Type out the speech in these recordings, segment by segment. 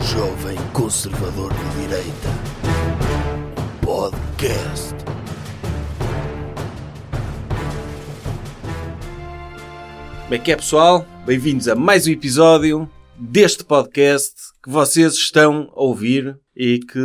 jovem conservador de direita. Podcast. Bem que é pessoal, bem-vindos a mais um episódio deste podcast que vocês estão a ouvir e que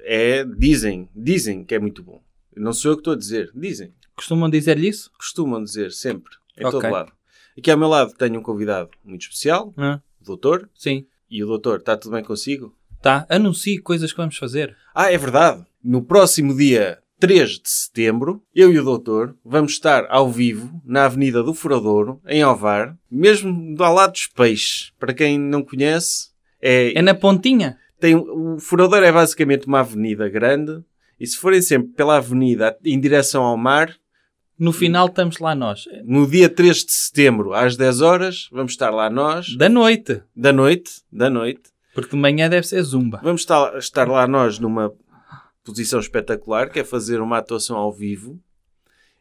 é, dizem, dizem que é muito bom. Não sou eu que estou a dizer, dizem, Costumam dizer-lhe isso? costumam dizer sempre, em Ok. todo lado. Aqui ao meu lado tenho um convidado muito especial, Hã? o doutor, Sim. e o doutor, está tudo bem consigo? Tá. Anuncie coisas que vamos fazer. Ah, é verdade. No próximo dia 3 de setembro, eu e o doutor vamos estar ao vivo na Avenida do Furadouro, em Alvar, mesmo do ao lado dos peixes. Para quem não conhece, é, É na pontinha? tem, o Furadouro é basicamente uma avenida grande e se forem sempre pela avenida em direção ao mar, No final estamos lá nós. no dia 3 de setembro, às 10 horas, vamos estar lá nós, Da noite. da noite, da noite, Porque de manhã deve ser zumba. Vamos estar, estar lá nós numa posição espetacular, que é fazer uma atuação ao vivo.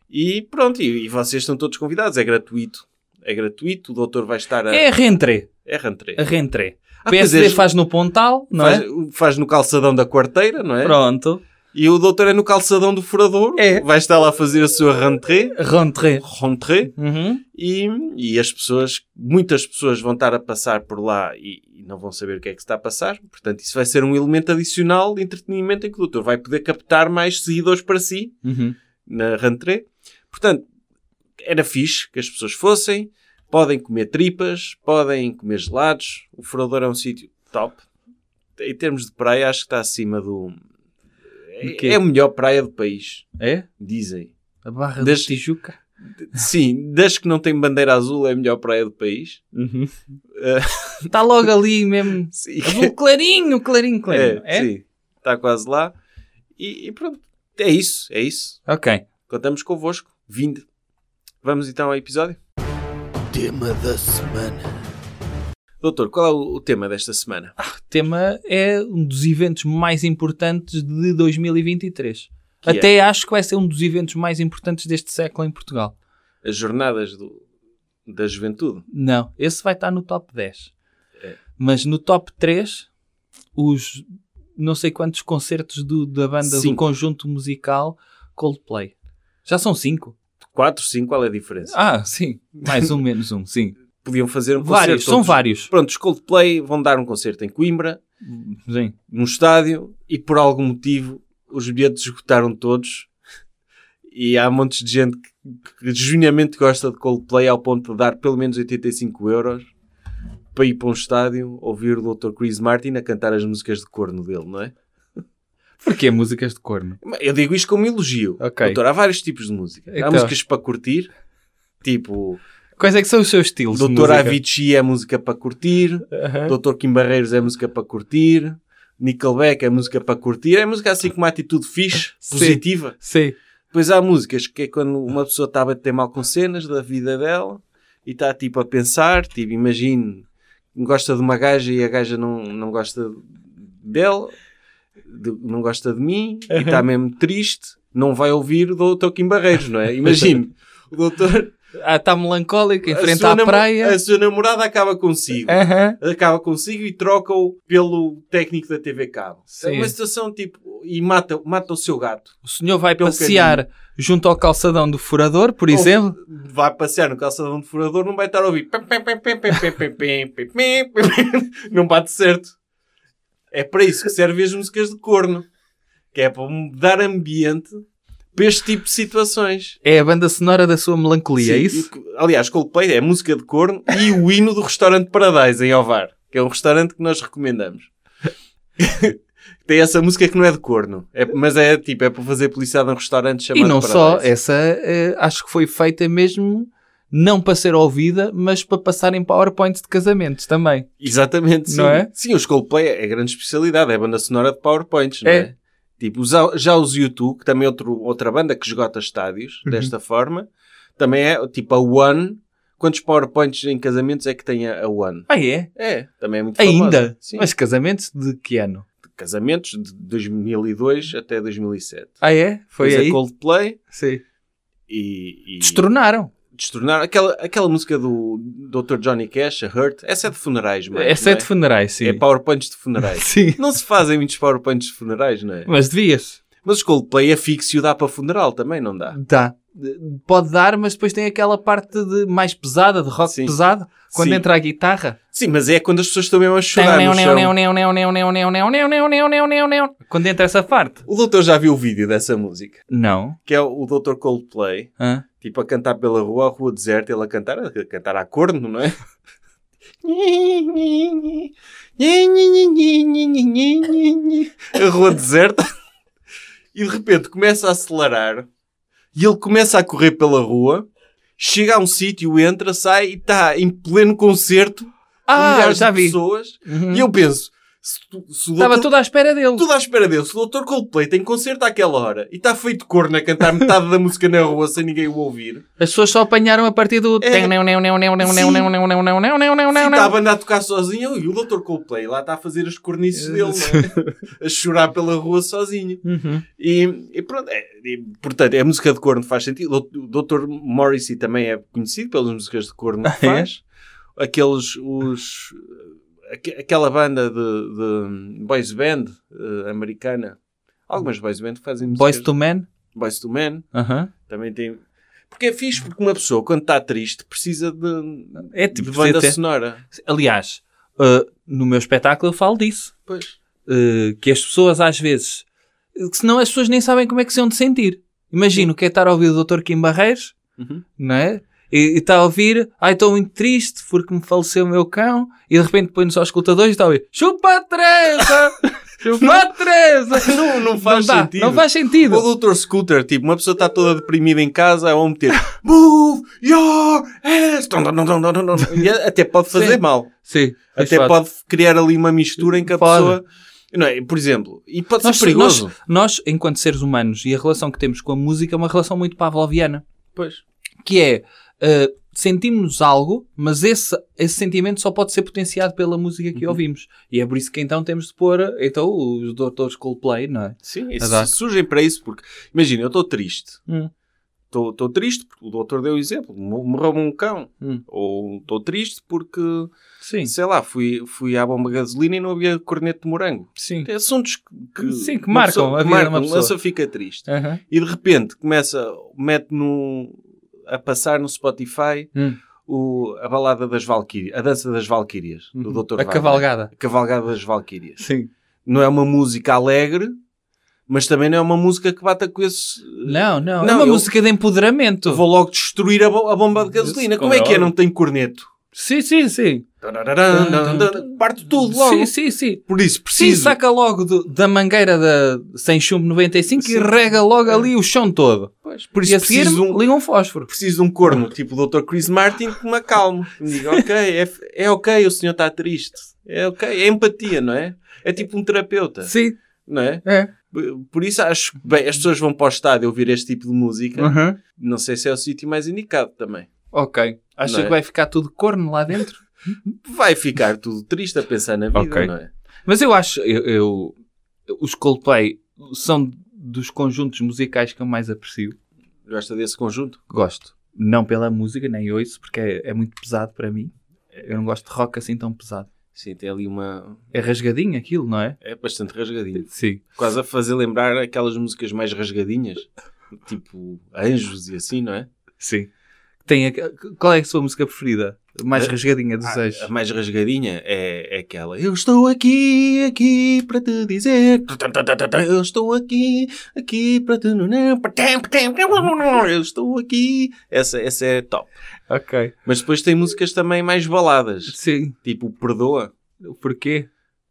E pronto, e, e vocês estão todos convidados, é gratuito. É gratuito, o doutor vai estar a... É a rentré. É rentré. A rentré. Ah, pois PSD é, faz no Pontal, não faz, é? faz no calçadão da quarteira, não é? Pronto. E o doutor é no calçadão do furador. É. Vai estar lá a fazer a sua rentrée. Rentré. Rentrée. Uhum. E, e as pessoas, muitas pessoas vão estar a passar por lá e, e não vão saber o que é que se está a passar. Portanto, isso vai ser um elemento adicional de entretenimento em que o doutor vai poder captar mais seguidores para si Uhum. na rentrée. Portanto, era fixe que as pessoas fossem, podem comer tripas, podem comer gelados. O Furador é um sítio top. Em termos de praia, acho que está acima do. Do É, quê? é a melhor praia do país, É? dizem. A barra Deixa- de Tijuca. Sim, das que não tem bandeira azul, é a melhor praia do país. Está Tá logo ali mesmo. Sim. Azul clarinho, clarinho, clarinho. É? Sim, está quase lá. E, e pronto, é isso, é isso. Ok. Contamos convosco. Vindo. Vamos então ao episódio. Tema da semana. Doutor, qual é o, o tema desta semana? O tema é um dos eventos mais importantes de 2023. Que é? Até acho que vai ser um dos eventos mais importantes deste século em Portugal. As jornadas do- da juventude. Não, esse vai estar no top 10. É. Mas no top 3, os não sei quantos concertos do- da banda Cinco. do conjunto musical Coldplay. Já são 5? 4, 5, qual é a diferença? Ah, sim. Mais um, menos um, sim. Podiam fazer um concerto. vários, são todos. vários. Pronto, os Coldplay vão dar um concerto em Coimbra, Sim. num estádio, e por algum motivo os bilhetes esgotaram todos. E há montes de gente que, que genuinamente gosta de Coldplay ao ponto de dar pelo menos 85 euros para ir para um estádio ouvir o Dr. Chris Martin a cantar as músicas de corno dele, não é? Porquê músicas de é? corno? Eu digo isto como elogio. Ok. Doutor, há vários tipos de música. Há Então. músicas para curtir, tipo Quais é que são os seus estilos de Doutor música? Avicii é música para curtir, Aham. Doutor Kim Barreiros é música para curtir, Nickelback é música para curtir, é música assim com uma atitude fixe, Sim. positiva. Sim. Depois há músicas que é quando uma pessoa está a bater mal com cenas da vida dela e está tipo a pensar, tipo, imagine, gosta de uma gaja e a gaja não, não gosta dela, de- não gosta de mim e está mesmo triste, não vai ouvir o Doutor Kim Barreiros, não é? Imagine, o doutor Ah, está melancólico, em a frente sua à namo- praia. a sua namorada acaba consigo Aham. acaba consigo e troca-o pelo técnico da TV Cabo. É Sim. uma situação tipo. E mata, mata o seu gato. O senhor vai Pelo passear junto ao calçadão do furador, Oh. por exemplo. Vai passear no calçadão de furador, não vai estar a ouvir. pam, pam, pam, pam, pam, pam, pam, pam, pam, pam. Não bate certo. É para isso que servem as músicas de corno. Que é para dar ambiente para este tipo de situações. É a banda sonora da sua melancolia, é Sim, isso? e- aliás, Coldplay é música de corno e o hino do restaurante Paradise em Ovar, que é um restaurante que nós recomendamos. Tem essa música que não é de corno, é- mas é tipo, é para fazer policiado num restaurante E, chamado não só, Paradise. essa eh, acho que foi feita mesmo não para ser ouvida, mas para passar em PowerPoints de casamentos também. Exatamente, sim. Não é? Sim, os Coldplay é a grande especialidade, é a banda sonora de PowerPoints, não é? É. Tipo, já, já os YouTube, que também é outro, outra banda que esgota estádios Uhum. desta forma, também é tipo a One. Quantos PowerPoints em casamentos é que tem a, a One? Ah, é? É, também é muito famosa. Ainda? Sim. Mas casamentos de que ano? casamentos de 2002 até 2007. Ah, é? Foi Depois aí? a Coldplay Sim. e, e Destronaram. destornaram. Aquela, aquela música do Dr. Johnny Cash, a Hurt, essa é de funerais, mano. Essa é não de funerais, sim. É powerpoints de funerais. Sim. não se fazem muitos powerpoints de funerais, não é? Mas devias. Mas o Coldplay é fixo e o dá para funeral também, não dá? Dá. Tá. Pode dar, mas depois tem aquela parte de mais pesada, de rock Sim. pesado, quando Sim. entra a guitarra. Sim, mas é quando as pessoas estão mesmo a chorar no chão. Quando entra essa parte. O doutor já viu o vídeo dessa música, Não. que é o Dr. Coldplay, Hã? tipo a cantar pela rua, a rua deserta, ele a cantar, a cantar a corno, não é? A rua deserta. E de repente começa a acelerar. E ele começa a correr pela rua. Chega a um sítio, entra, sai e está em pleno concerto. com Ah, milhares já de vi. pessoas. Uhum. E eu penso, se, tu- se o Estava doutor tudo à espera dele. tudo à espera dele. Se o Dr. Coldplay tem concerto àquela hora e está feito corno a cantar metade da música na rua sem ninguém o ouvir, As pessoas só apanharam a partir do. É. se está a Sim. banda a tocar sozinho e o Dr. Coldplay lá está a fazer as cornices dele, não é? a chorar pela rua sozinho. Uhum. E, e pronto, é, e, portanto, a música de corno faz sentido. O Dr. Morrissey também é conhecido pelas músicas de corno que é? faz. Aqueles, os... aque- Aquela banda de, de boys band eh, americana. Algumas boys band fazem músicas... Boys to Men. Boys to Men. Aham. Também tem. Porque é fixe, porque uma pessoa, quando está triste, precisa de, É tipo. de banda precisa ter- sonora. Aliás, uh, no meu espetáculo eu falo disso. Pois. Uh, que as pessoas às vezes. que Senão as pessoas nem sabem como é que se hão de sentir. Imagino que é estar a ouvir o Dr. Kim Barreiros não é? E e está a ouvir, ai, estou muito triste porque me faleceu o meu cão, e de repente põe-nos aos escutadores e está a ouvir, chupa a Teresa! chupa a Teresa! Não, não faz não dá, sentido. Não faz sentido. O Dr. Scooter, tipo, uma pessoa está toda deprimida em casa, vão meter Move your ass! Tum, tum, tum, tum, tum, tum. E é, até pode fazer Sim. mal. Sim, Até faz pode criar ali uma mistura em que a Pode. pessoa. Não é? Por exemplo, e pode Nós, ser perigoso. nós, nós, enquanto seres humanos, e a relação que temos com a música é uma relação muito pavloviana, Pois. que é, uh, sentimos algo, mas esse, esse sentimento só pode ser potenciado pela música que ouvimos. E é por isso que então temos de pôr, uh, então, os doutores Coldplay, não é? Sim, A dar. isso surgem para isso, porque imagina, eu estou triste. Hum. Estou estou triste porque o doutor deu o exemplo. mo- Morreu um cão. Hum. Ou estou triste porque, Sim, sei lá, fui, fui à bomba de gasolina e não havia corneto de morango. sim. É assuntos que, Sim, que uma marcam pessoa- a que vida de marcam, uma pessoa. só fica triste. Aham. E de repente começa, mete no, a passar no Spotify Hum. o, a balada das Valquírias, a dança das Valquírias, do doutor Uhum. A cavalgada. A cavalgada das Valquírias. Sim. Não é uma música alegre, mas também não é uma música que bata com esse... Não, não. é Não, uma eu- música de empoderamento. Vou logo destruir a, bo- a bomba de gasolina. Isso, Como é que é? claro. Não tem corneto. Sim, sim, sim. Tarararã, dan, dan, Parto tudo logo. Sim, sim, sim. Por isso, Sim, preciso. saca logo do- da mangueira da sem chumbo 95 e Sim. rega logo ali o chão todo. por E isso a seguir preciso, de um, liga um fósforo. preciso de um corno, tipo o Dr. Chris Martin, que me acalme. Que Me diga, ok, é, f- é ok, o senhor está triste. É ok, é empatia, não é? É tipo um terapeuta, Sim, não é? é. Por- Por isso acho que, bem, as pessoas vão para o estádio ouvir este tipo de música. Uhum. Não sei se é o sítio mais indicado também. Ok. Acha Não é? que vai ficar tudo corno lá dentro? Vai ficar tudo triste a pensar na vida, Ok. não é? Mas eu acho, eu, eu- os Coldplay são dos conjuntos musicais que eu mais aprecio. Gosta desse conjunto? Gosto. Não pela música, nem ouço, porque é, é muito pesado para mim. Eu não gosto de rock assim tão pesado. Sim, tem ali uma. É rasgadinho aquilo, não é? É bastante rasgadinho. Sim. Quase a fazer lembrar aquelas músicas mais rasgadinhas, tipo Anjos e assim, não é? Sim. Eh, Tem a- Qual é a sua música preferida? Mais A- rasgadinha dos Ah, eixos. a mais rasgadinha é, é aquela Eu estou aqui, aqui para te dizer Eu estou aqui, aqui para te... Eu estou aqui Essa, essa é top. Ok. Mas depois tem músicas também mais baladas, Sim. tipo Perdoa. Porquê?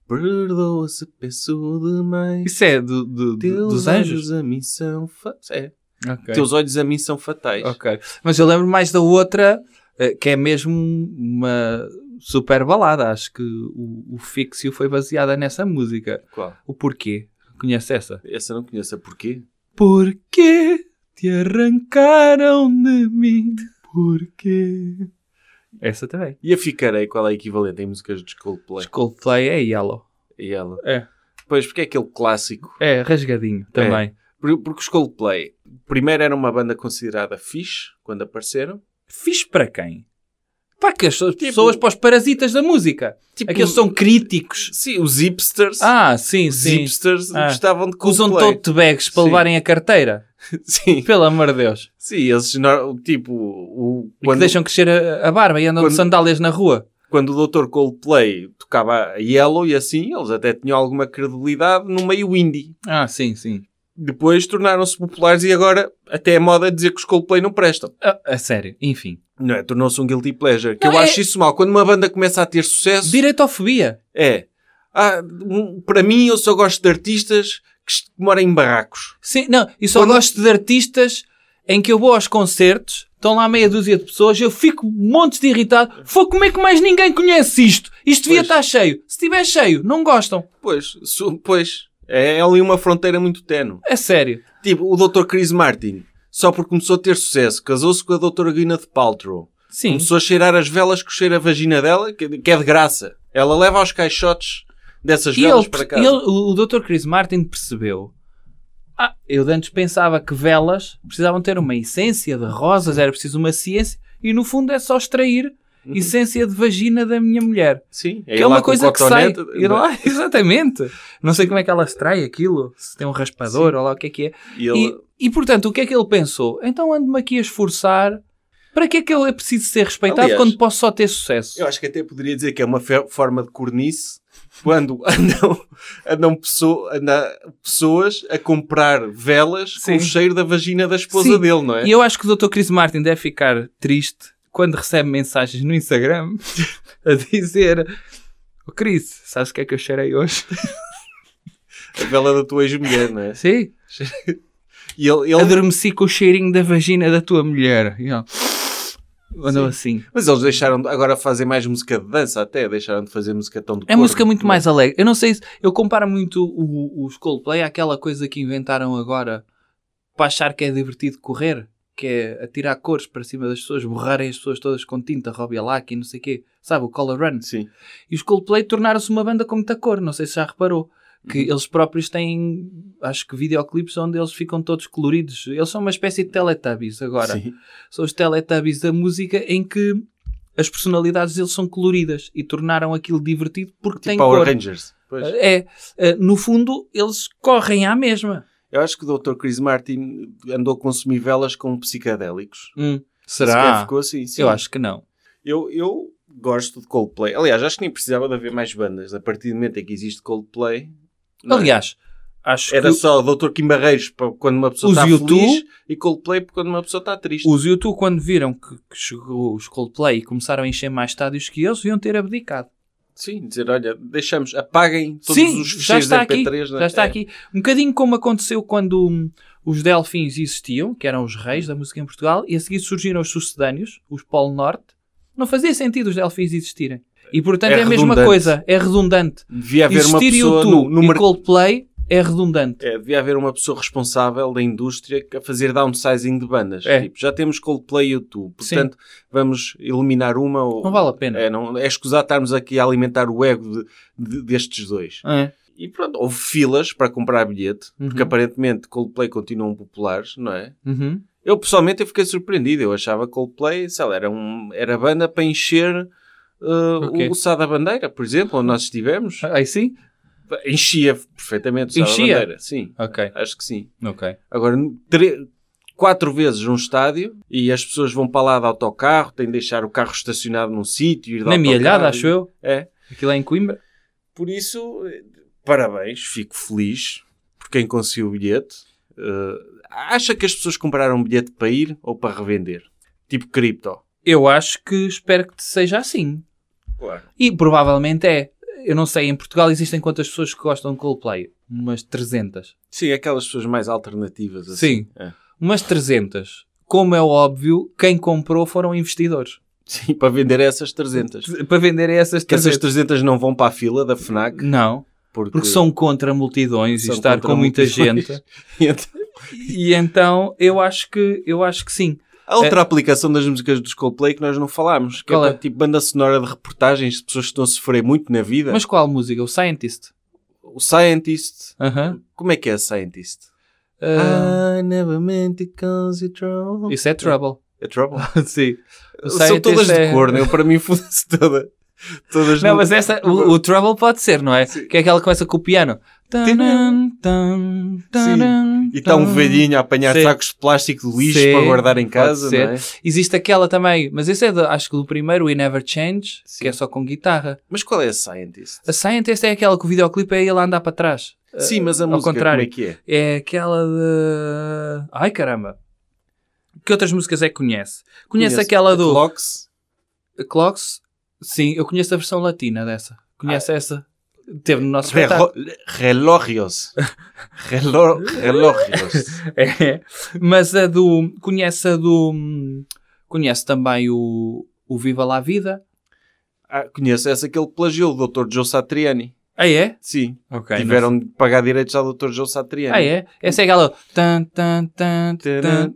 Perdoa se peço demais Isso é do, do- do- dos anjos? olhos a mim são... fa- É. Ok. Teus olhos a mim são fatais. Ok. Mas eu lembro mais da outra, eh, que é mesmo uma super balada. Acho que o, o Fixio foi baseada nessa música. Qual? O Porquê? Conhece essa? Essa não conheço a porquê. Porquê te arrancaram de mim? Porquê? Essa também. E a Ficarei, qual é a equivalente em músicas de Coldplay? Os Coldplay é Yellow. E ela? É. Pois, porque é aquele clássico. É, rasgadinho também. Por- Porque os Coldplay, primeiro era uma banda considerada fixe, quando apareceram. Fiz para quem? Para que as pessoas, para os parasitas da música. Aqueles são críticos. Sim, os hipsters. Tipo um- Ah, sim, os sim. hipsters Ah. gostavam de Que usam Coldplay. tote bags para Sim. levarem a carteira. Sim, Pelo amor de Deus. sim, eles, no- tipo, o, E que quando, deixam crescer a, a barba e andam quando- de sandálias na rua. quando o Dr. Coldplay tocava a Yellow e assim, eles até tinham alguma credibilidade no meio indie. Ah, sim, sim. Depois tornaram-se populares e agora até é moda dizer que os Coldplay não prestam. Ah, a sério, enfim. Não é? Tornou-se um guilty pleasure. Que Não, eu é- acho isso mal. Quando uma banda começa a ter sucesso, Direitofobia. é. Ah, um- para mim, eu só gosto de artistas que est- que moram em barracos. Sim, não, e só Quando- gosto de artistas em que eu vou aos concertos, estão lá meia dúzia de pessoas, eu fico um monte de irritado. Foi como é que mais ninguém conhece isto? Isto devia Pois. estar cheio. Se estiver cheio, não gostam. Pois, su- pois. É ali uma fronteira muito tenue. É sério. Tipo, o Dr. Chris Martin, só porque começou a ter sucesso, casou-se com a Dra. Gwyneth Paltrow. Sim. Começou a cheirar as velas que cheira a vagina dela, que que é de graça. Ela leva aos caixotes dessas E velas ele, para casa. ele- o o Dr. Chris Martin percebeu. Ah, eu de antes pensava que velas precisavam ter uma essência de rosas, era preciso uma ciência, e no fundo é só extrair essência de vagina da minha mulher. Sim, que Uhum. ir é lá uma com coisa que sai. cotonete. é? Ir lá, exatamente. Não sei como é que ela extrai aquilo, se tem um raspador ou lá o que é que é. E ele- E, e, portanto, o que é que ele pensou? Então ando-me aqui a esforçar. Para que é que eu é preciso ser respeitado Aliás, quando posso só ter sucesso? Eu acho que até poderia dizer que é uma fe- forma de cornice quando andam, andam pesso- anda- pessoas a comprar velas Sim. com o cheiro da vagina da esposa Sim. dele, não é? E eu acho que o Dr. Chris Martin deve ficar triste quando recebe mensagens no Instagram a dizer: "Ó Chris, sabes o que é que eu cheirei hoje? A vela da tua ex-mulher, não é? Sim. E ele, ele- Adormeci com o cheirinho da vagina da tua mulher. E ó, Andou assim. Mas eles deixaram de agora fazer mais música de dança, até deixaram de fazer música tão de É corno, música muito não mais alegre. Eu não sei se. Eu comparo muito o- os Coldplay àquela coisa que inventaram agora para achar que é divertido correr, que é atirar cores para cima das pessoas, borrarem as pessoas todas com tinta, Robialac e não sei o quê. Sabe, o Color Run. Sim. E os Coldplay tornaram-se uma banda com muita cor, não sei se já reparou. Que Uhum. eles próprios têm, acho que, videoclipes onde eles ficam todos coloridos. Eles são uma espécie de Teletubbies agora. Sim. São os Teletubbies da música em que as personalidades deles são coloridas e tornaram aquilo divertido porque Tipo tem Power cor. Rangers. Pois. É, eh, no fundo, eles correm à mesma. Eu acho que o Dr. Chris Martin andou a consumir velas com psicadélicos. Hum. Se calhar ficou assim, sim. Eu acho que não. Eu, eu gosto de Coldplay. Aliás, acho que nem precisava de haver mais bandas. A partir do momento em que existe Coldplay. não é? Aliás, acho Era que só Dr. Kim Barreiros para quando uma pessoa Os está U2? feliz e Coldplay para quando uma pessoa está triste. os YouTube, quando viram que, que chegou os Coldplay e começaram a encher mais estádios que eles, iam ter abdicado. Sim, dizer, olha, deixamos, apaguem todos Sim, os já fecheiros está da aqui. MP3. né? Já está É. aqui. Um bocadinho como aconteceu quando hum, os Delfins existiam, que eram os reis da música em Portugal, e a seguir surgiram os sucedâneos, os Polo Norte. Não fazia sentido os Delfins existirem. E portanto É é, a mesma redundante. coisa, é redundante. Devia haver uma Existir pessoa YouTube no, no e merc- Coldplay é redundante. É, devia haver uma pessoa responsável da indústria a fazer downsizing de bandas. É. Tipo, já temos Coldplay e YouTube, Sim. portanto vamos eliminar uma ou. Não vale a pena. É, não, é escusar estarmos aqui a alimentar o ego de- de- destes dois. É. E pronto, houve filas para comprar bilhete, Uhum. porque aparentemente Coldplay continuam populares, não é? Uhum. Eu pessoalmente eu fiquei surpreendido, eu achava Coldplay, sei lá, era, um, era banda para encher uh, Ok. o, o Sá da Bandeira, por exemplo, onde nós estivemos. Aí sim? Enchia perfeitamente o Sá Enchia? da Bandeira, sim, Ok, acho que sim. ok. Agora, tre- quatro vezes um estádio e as pessoas vão para lá de autocarro, têm de deixar o carro estacionado num sítio, ir de Na autocarro. Mialhada, acho eu. É. Aquilo é em Coimbra. Por isso, eh, parabéns, fico feliz por quem conseguiu o bilhete. Eh, acha que as pessoas compraram bilhete para ir ou para revender? Tipo cripto. Eu acho que espero que seja assim. Claro. E provavelmente é. Eu não sei, em Portugal existem quantas pessoas que gostam de Coldplay? Umas 300. Sim, aquelas pessoas mais alternativas. Assim. Sim. É. Umas 300. Como é óbvio, quem comprou foram investidores. Sim, para vender é essas 300. Para venderem essas Que essas 300. 300 não vão para a fila da FNAC. Não, Porque, porque são contra multidões São e estar contra com muita multidões. gente. Então, E então eu acho que, eu acho que sim. Há outra aplicação das músicas dos Coldplay que nós não falámos. Que é, É. Qual é? para, tipo banda sonora de reportagens de pessoas que estão a sofrer muito na vida. Mas qual música? O Scientist. O Scientist. Aham. Como é que é Scientist? Ah, I never meant to cause you trouble. isso é Trouble. A Trouble? Sim. O São todas Scientist é- de cor, né? Eu, para mim foda-se toda. Todas Não, no- mas essa, o, o Trouble pode ser, não é? Que é aquela que começa com o piano. Tanan, tan, tanan, E está um tan. velhinho a apanhar Sim. sacos de plástico de lixo Sim, para guardar em pode casa, ser. não é? Existe aquela também, mas esse é, do- acho que do primeiro, We Never Change, que é só com guitarra. Mas qual é a Scientist? A Scientist é aquela que o videoclipe é ele a andar para trás. Eh, Sim, mas a ao música contrário. como é que é? É aquela de... Ai, caramba. Que outras músicas é que conhece? Conhece Conheço. aquela do... Clocks? Clocks? Sim, eu conheço a versão latina dessa. Ah. Conhece essa? Teve no nosso espetáculo. Relo- Relógios. Relo- Relógios. É. Mas a do. Conhece a do. Conhece também o, o Viva lá Vida. Ah, conheço essa que ele plagiou, o Dr. Joe Satriani. Ah, é? Sim, Ok. tiveram de pagar direitos ao Dr. Joe Satriani. Ah, é? Essa é aquela. Tan, tan, tan, tan.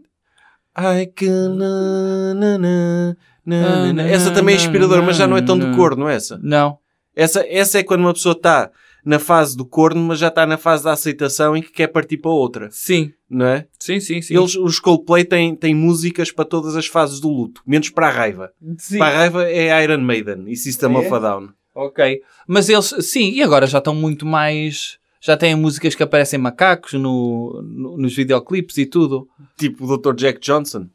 I can- na, na, na, Ah, na, na. Essa também é inspiradora, mas já não é tão de cor, não é essa? Não. Essa, essa é quando uma pessoa está na fase do corno, mas já está na fase da aceitação e que quer partir para outra, Sim. não é? Sim, sim, sim. Eles, os Coldplay têm, têm músicas para todas as fases do luto, menos para a raiva. Sim. Para a raiva é Iron Maiden e System É? of a Down. Ok. Mas eles. Sim, e agora já estão muito mais. Já têm músicas que aparecem macacos no, no- nos videoclipes e tudo. Tipo o Dr. Jack Johnson,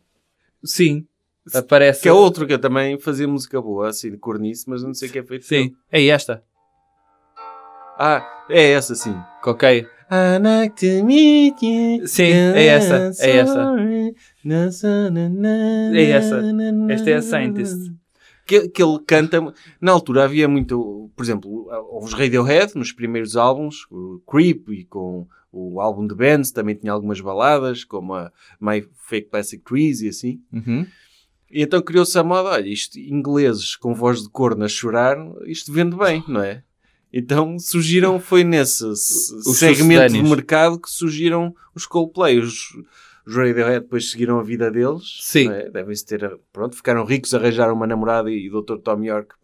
Sim. Aparece. que é outro que eu também fazia música boa, assim, de cornice, mas não sei o que é feito. Sim. É esta. Ah, é essa sim. Ok. I like to meet you. Sim, é essa, é essa. É essa. Esta é a Scientist. Que, que ele canta. Na altura havia muito. Por exemplo, houve os Radiohead nos primeiros álbuns, o Creep e com o álbum de Bands também tinha algumas baladas, como a My Fake Plastic Trees e assim. Uhum. E então criou-se a moda: olha, isto, ingleses com voz de corno a chorar, isto vende bem, não é? Então surgiram, foi nesse s- Os segmento de sucedâneos. mercado que surgiram os Coldplay. Os, os Radiohead depois seguiram a vida deles. Sim. não é? Devem-se ter, pronto, ficaram ricos, arranjaram uma namorada e o Dr. Tom York.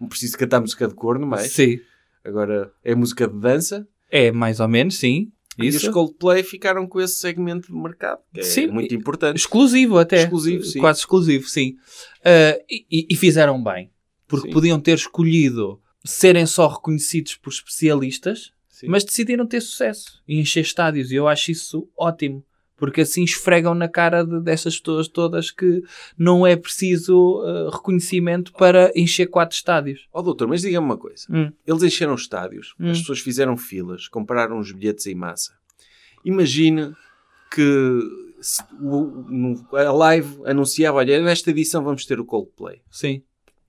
Não preciso cantar música de corno, mas Sim. agora é música de dança. É, mais ou menos, sim. E Isso. os Coldplay ficaram com esse segmento de mercado, que é Sim. muito importante. exclusivo até. Exclusivo, sim. Quase exclusivo, sim. Ah, e- e, e fizeram bem. Porque Sim. podiam ter escolhido serem só reconhecidos por especialistas, Sim. mas decidiram ter sucesso e encher estádios. E eu acho isso ótimo. Porque assim esfregam na cara de, dessas pessoas todas que não é preciso ah, reconhecimento para encher quatro estádios. Ó doutor, mas diga-me uma coisa. Hum. Eles encheram estádios, Hum. as pessoas fizeram filas, compraram os bilhetes em massa. Imagina que se o- no- a live anunciava, olha, nesta edição vamos ter o Coldplay. Sim.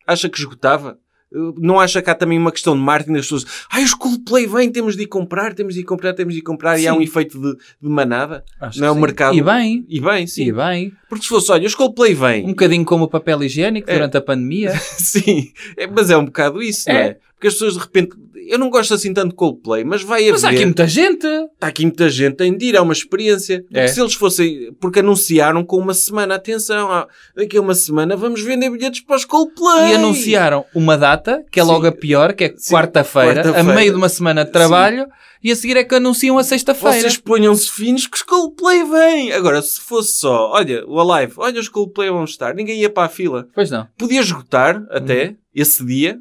Acha que esgotava? Eh, Não acha que há também uma questão de marketing das pessoas? Ai, os Coldplay vêm, temos de ir comprar, temos de ir comprar, temos de ir comprar. E há Sim. um efeito de, de manada. Acho Não é que o sim. mercado. E bem. E bem, sim. E bem. Porque se fosse, olha, os Coldplay vêm. Um bocadinho como o papel higiênico É. durante a pandemia. Sim, é- mas é um bocado isso, não É. é? Porque as pessoas de repente. Eu não gosto assim tanto de Coldplay, mas vai Mas há haver. aqui muita gente. Está aqui muita gente, tem de ir, é uma experiência. Porque É. se eles fossem. Porque anunciaram com uma semana, atenção, ah, daqui a uma semana vamos vender bilhetes para os Coldplay. E anunciaram uma data, que é Sim. logo a pior, que é Sim. quarta-feira, a Quarta-feira. meio de uma semana de trabalho, e a seguir é que anunciam a sexta-feira. Vocês ponham-se finos que os Coldplay vêm. Agora, se fosse só, olha, o Alive, olha, os Coldplay vão estar, ninguém ia para a fila. Pois não. Podia esgotar até esse dia,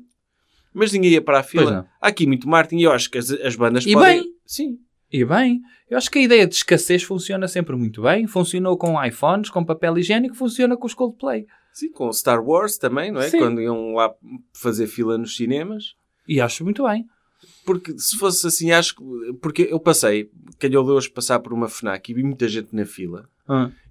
mas ninguém ia para a Uhum. Pois fila. não. Há aqui muito marketing e eu acho que as, as bandas E podem. bem. Sim. E bem, eu acho que a ideia de escassez funciona sempre muito bem. Funcionou com iPhones, com papel higiênico, funciona com os Coldplay. Sim, com o Star Wars também, não é? Sim. Quando iam lá fazer fila nos cinemas. E acho muito bem. Porque se fosse assim, acho que. Porque eu passei, calhou de hoje passar por uma Fnac e vi muita gente na fila.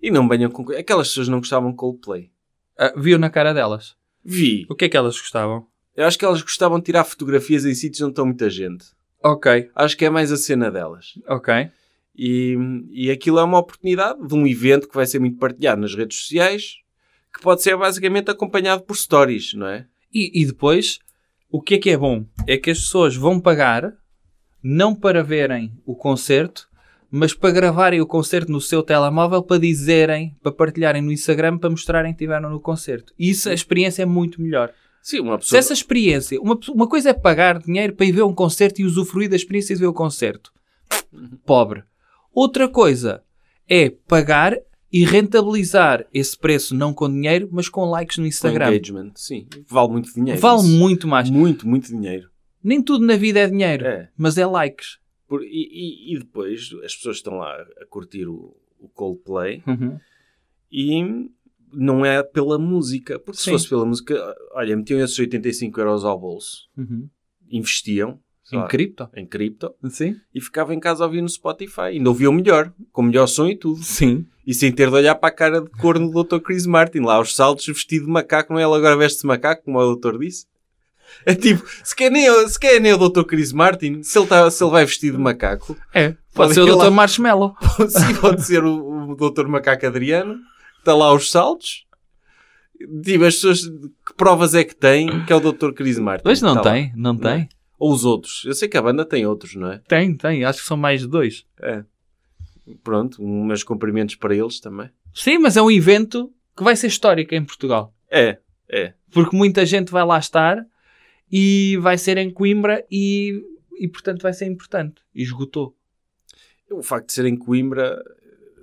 E não venham com. Aquelas pessoas não gostavam de Coldplay. Ah, viu na cara delas. Vi. O que é que elas gostavam? Eu acho que elas gostavam de tirar fotografias em sítios onde estão muita gente. Ok, Acho que é mais a cena delas. ok. E, e aquilo é uma oportunidade de um evento que vai ser muito partilhado nas redes sociais, que pode ser basicamente acompanhado por stories, não é? E, e depois, o que é que é bom? É que as pessoas vão pagar, não para verem o concerto, mas para gravarem o concerto no seu telemóvel, para dizerem, para partilharem no Instagram, para mostrarem que estiveram no concerto. E isso, a experiência é muito melhor. Sim, uma pessoa. Se essa experiência, uma, pessoa- uma coisa é pagar dinheiro para ir ver um concerto e usufruir da experiência de ver o concerto. Pobre. Outra coisa é pagar e rentabilizar esse preço não com dinheiro, mas com likes no Com Instagram. engagement, sim. Vale muito dinheiro. Vale isso. muito mais. Muito, muito dinheiro. Nem tudo na vida é dinheiro, É. mas é likes. Por- e, e- e depois as pessoas estão lá a curtir o, o Coldplay Uhum. e não é pela música. Porque se Sim. fosse pela música, olha, metiam esses 85 euros ao bolso, Uhum. investiam sei Em lá, cripto? em cripto Sim. e ficava em casa a ouvir no Spotify. Ainda ouvia o melhor, com o melhor som e tudo. Sim. E sem ter de olhar para a cara de corno do Dr. Chris Martin, lá aos saltos, vestido de macaco, não é? Ele agora veste de macaco, como o doutor disse. É tipo, se quer nem, o- se quer nem o Dr. Chris Martin, se ele, tá, se ele vai vestido de macaco, É. Pode, Pode ser ir o lá. Dr. Marshmallow. sim, pode ser o, o Dr. Macaco Adriano, que está lá aos saltos. Tipo, as pessoas, que provas é que tem que é o Dr. Chris Martin? Mas não Tá lá. tem, não tem. Ou os outros. Eu sei que a banda tem outros, não é? Tem, tem. Acho que são mais de dois. Pronto, meus cumprimentos para eles também. Sim, mas é um evento que vai ser histórico em Portugal. É, porque muita gente vai lá estar e vai ser em Coimbra e, e portanto vai ser importante. E esgotou. O facto de ser em Coimbra,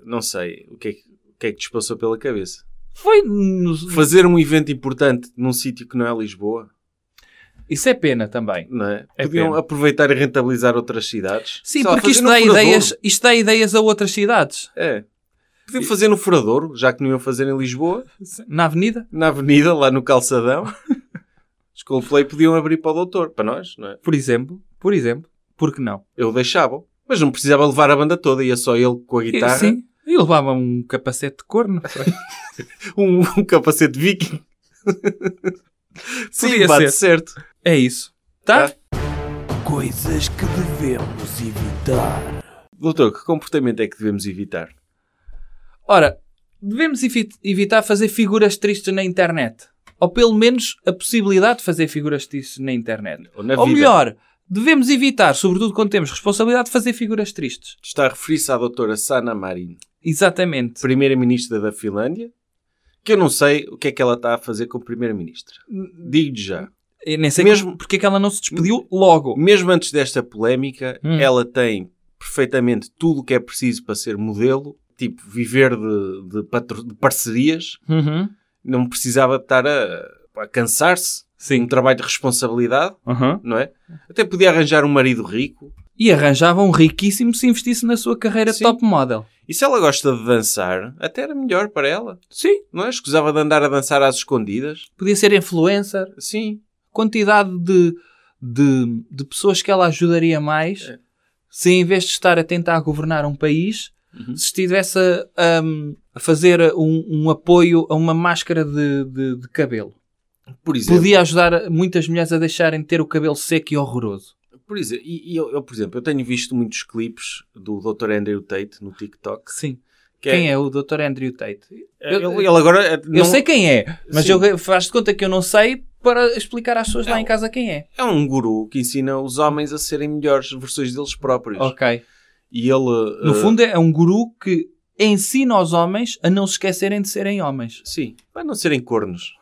não sei, o que é que, o que, é que te passou pela cabeça? Foi nos- Fazer um evento importante num sítio que não é Lisboa, Isso é pena também. não é? É Podiam pena. aproveitar e rentabilizar outras cidades. Sei Sim, lá, porque fazer isto é no dá, Furadouro. ideias, isto dá ideias a outras cidades. É. Podiam fazer no Furadouro, já que não iam fazer em Lisboa, Na avenida? na avenida, lá no calçadão. Os Coldplay podiam abrir para o doutor, para nós, não é? Por exemplo. Por exemplo. Por que não? Eu deixava, mas não precisava levar a banda toda, ia só ele com a E- guitarra, Sim. E levava um capacete de corno. um, um capacete viking. Sim, Podia bate ser. certo. é isso. Tá? Tá. Coisas que devemos evitar. Doutor, que comportamento é que devemos evitar? Ora, devemos evi- evitar fazer figuras tristes na internet. Ou pelo menos a possibilidade de fazer figuras tristes na internet. Ou na Ou vida? melhor, devemos evitar, sobretudo quando temos responsabilidade, de fazer figuras tristes. Está a referir-se à doutora Sana Marin, Exatamente. primeira-ministra da Finlândia, que eu não sei o que é que ela está a fazer como primeira-ministra. Digo-lhe já. Eu nem sei Mesmo- mesmo porque é que ela não se despediu logo. Tipo, Mesmo antes desta polémica, Hum. ela tem perfeitamente tudo o que é preciso para ser modelo, tipo viver de, de patro- de parcerias, Uhum. não precisava estar a, a cansar-se. Um Sim. trabalho de responsabilidade, Uhum. não é? Até podia arranjar um marido rico. E arranjava um riquíssimo se investisse na sua carreira Sim. top model. E se ela gosta de dançar, até era melhor para ela. Sim. Não é? Escusava de andar a dançar às escondidas. Podia ser influencer. Sim. Quantidade de, de, de pessoas que ela ajudaria mais É. se em vez de estar a tentar governar um país, Uhum. se estivesse a, um, a fazer um, um apoio a uma máscara de- de- de cabelo. Por exemplo, podia ajudar muitas mulheres a deixarem de ter o cabelo seco e horroroso. por exemplo, e, e eu, eu, por exemplo, eu tenho visto muitos clipes do Dr. Andrew Tate no TikTok. Sim. Que Quem é o Dr. Andrew Tate? Ele, Eu- ele agora. é, eu não- sei quem é, mas Sim. eu faz de conta que eu não sei para explicar às pessoas lá em casa quem é. É um guru que ensina os homens a serem melhores versões deles próprios. Ok. E ele. No eh, fundo é um guru que ensina aos homens a não se esquecerem de serem homens. Sim, para não serem cornos,